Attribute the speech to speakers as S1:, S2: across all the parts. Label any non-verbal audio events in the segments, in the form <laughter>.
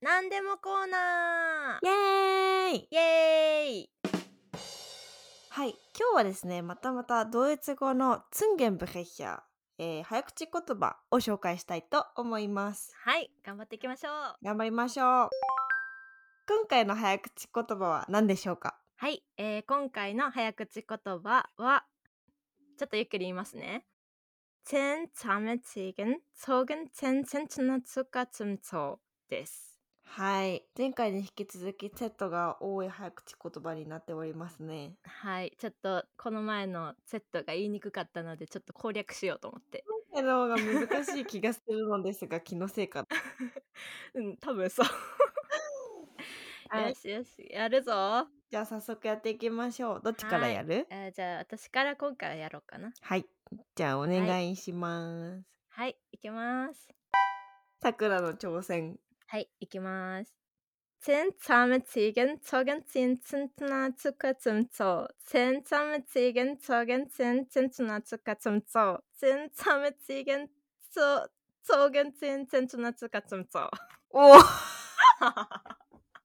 S1: なんでもコーナー
S2: イエーイ
S1: イエーイ
S2: はい、今日はですね、またまたドイツ語のツンゲンブヘッヒャー、えー早口言葉を紹介したいと思います。
S1: はい、頑張っていきましょう
S2: 頑張りましょう。今回の早口言葉は何でしょうか
S1: はい、えー、今回の早口言葉はちょっとゆっくり言いますね千茶目ちげんそげん千千千のつかつんそうです
S2: はい、前回に引き続きセットが多い早口言葉になっておりますね。
S1: はい、ちょっとこの前のセットが言いにくかったのでちょっと攻略しようと思って
S2: 今回の方が難しい気がするのですが、 <laughs> 気のせいかな。
S1: <laughs> うん、多分そう
S2: は
S1: <laughs>
S2: い
S1: よしよし、やるぞ
S2: じゃあ早速やっていきましょう。どっちからやる
S1: えーじゃあ私から今回はやろうかな
S2: はい、じゃあお願いします。
S1: はい、いきます
S2: さくらの挑戦。
S1: はい、いきます。千茶目지겐저겐진진나축하좀줘진짜매지겐저겐진진나축하좀줘진짜매지겐저저겐진진나축하좀줘
S2: おお <laughs>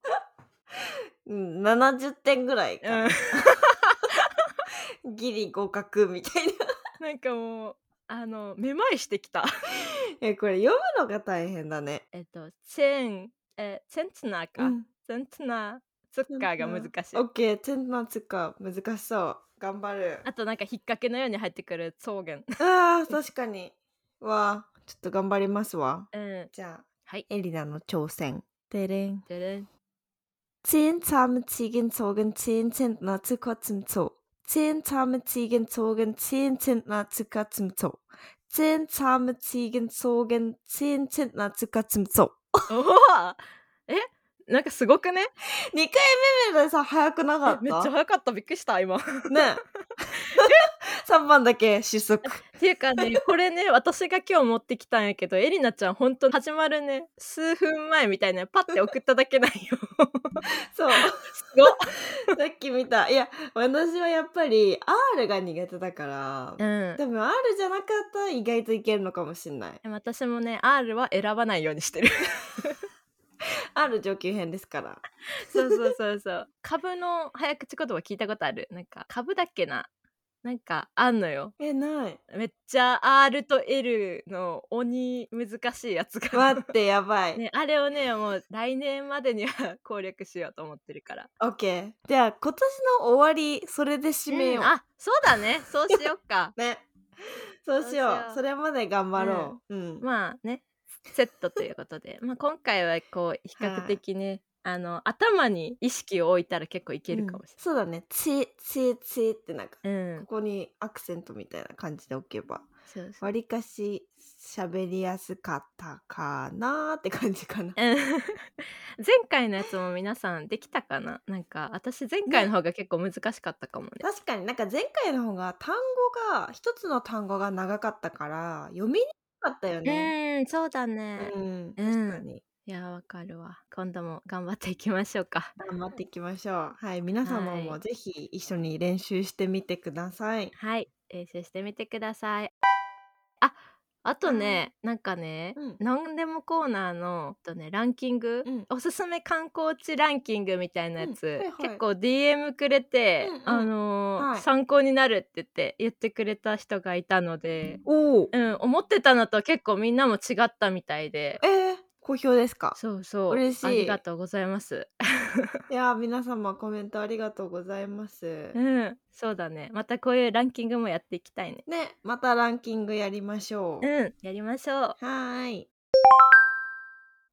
S2: うん70点ぐらいか
S1: <laughs>
S2: な、ギリ合格みたいな <laughs>
S1: なんかもうあのめまいしてきた。
S2: えこれ読むのが大変だね
S1: えっと千え千つなか
S2: うん
S1: 千つなつかが難しい
S2: オ。ッケーチェンナツか難しそう頑張る
S1: あとなんか引っ掛けのように入ってくる草原。
S2: <laughs> あー確かにわあちょっと頑張りますわ
S1: うん。
S2: じゃあ
S1: はい。
S2: エリナの挑戦てれん
S1: でれん。
S2: Zehn zahme Ziegen zogen zehn Zentner zu kurzem Zoo. Zehn zahme Ziegen zogen zehn Zentner zu kurzem Zoo. Zehn zahme Ziegen zogen zehn Zentner zu kurzem Zoo.
S1: おおえなんかすごくね
S2: 2回目目でさ、早くなか
S1: え <laughs>
S2: っ
S1: めっちゃ
S2: た
S1: 早かったびっくりした今 <laughs> っ
S2: <laughs> ねえ。3番だけ失速。
S1: ていうかねこれね私が今日持ってきたんやけどエリナちゃん本当始まるね数分前みたいなパッて送っただけなんよ <laughs>
S2: そう。
S1: す
S2: <laughs>
S1: ごっ
S2: さっき見た。いや、私はやっぱり R が苦手だから、
S1: <laughs> うん
S2: 多分 R じゃなかったら意外といけるのかもしんない。
S1: でも私もね R は選ばないようにしてる
S2: R 上級編ですから。
S1: そうそうそうそう <laughs> 株の早口言葉聞いたことあるなんか株だっけななんかあんのよ
S2: え、ない。
S1: めっちゃ R と L の鬼難しいやつが
S2: 待って、やばい。
S1: <laughs> ね、あれをねもう来年までには攻略しようと思ってるから。
S2: オッケー。じゃあ今年の終わりそれで締めよう。。
S1: うんあそうだねそうしよっか
S2: ね。そうしよう
S1: そうしよう
S2: それまで頑張ろう。うん。
S1: まあねセットということで、 <laughs> まあ、今回はこう比較的ね、あの頭に意識を置いたら結構いけるかもし
S2: うんそうだね。ちちちってなんか、
S1: れない。うん、
S2: ここにアクセントみたいな感じで置けば、
S1: そうそう
S2: わりかし喋りやすかったかなーって感じかな。
S1: うん <laughs> 前回のやつも皆さんできたかななんか私前回の方が結構難しかったかもね。
S2: 確かになんか前回の方が単語が一つの単語が長かったから読みにくかったよ
S1: う
S2: ね。
S1: んそうだね。
S2: うん、
S1: うん
S2: 確かに。
S1: いやわかるわ。今度も頑張っていきましょうか。
S2: 頑張っていきましょう。はい、皆様
S1: は
S2: も
S1: い
S2: ぜひ一緒に練習してみてください。
S1: はい、練習してみてください。あ、あとね、なんかね、
S2: うん
S1: なんでもコーナーのえっとねランキング、
S2: うん
S1: おすすめ観光地ランキングみたいなやつ、
S2: うんはいはい
S1: 結構 DM くれて、
S2: うんうん
S1: あのー
S2: はい
S1: 参考になるって言って言ってくれた人がいたので、
S2: おお、
S1: うん、思ってたのと結構みんなも違ったみたいで。
S2: えー、好評ですか。
S1: そうそう
S2: 嬉しい
S1: ありがとうございます
S2: いやー、皆様コメントありがとうございます。
S1: うんそうだねまたこういうランキングもやっていきたいね
S2: ね、またランキングやりましょう。
S1: うんやりましょう
S2: はーい。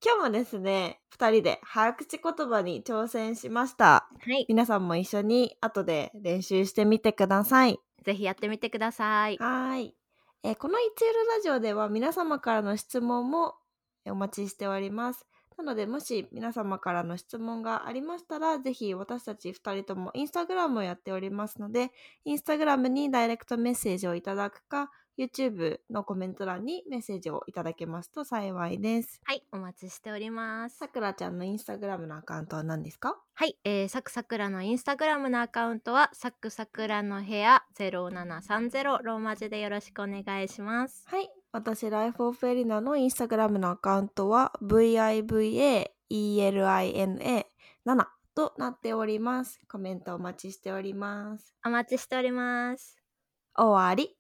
S2: 今日もですね、二人で早口言葉に挑戦しました。
S1: はい
S2: 皆さんも一緒に後で練習してみてください。
S1: ぜひやってみてください。
S2: はーい。えーこのいちゆるラジオでは皆様からの質問もえーお待ちしております。なので、もし皆様からの質問がありましたら、ぜひ私たち2人ともインスタグラムをやっておりますので、インスタグラムにダイレクトメッセージをいただくか、YouTube のコメント欄にメッセージをいただけますと幸いです。
S1: はい、お待ちしております
S2: さ。くらちゃんのインスタグラムのアカウントは何ですか
S1: はい、えー、サクサクラのインスタグラムのアカウントは、サクサクラの部屋0730ローマ字でよろしくお願いします。
S2: はい。私、ライフオフエリナのインスタグラムのアカウントは VIVA ELINA7 となっております。コメントお待ちしております。
S1: お待ちしております。
S2: 終わり。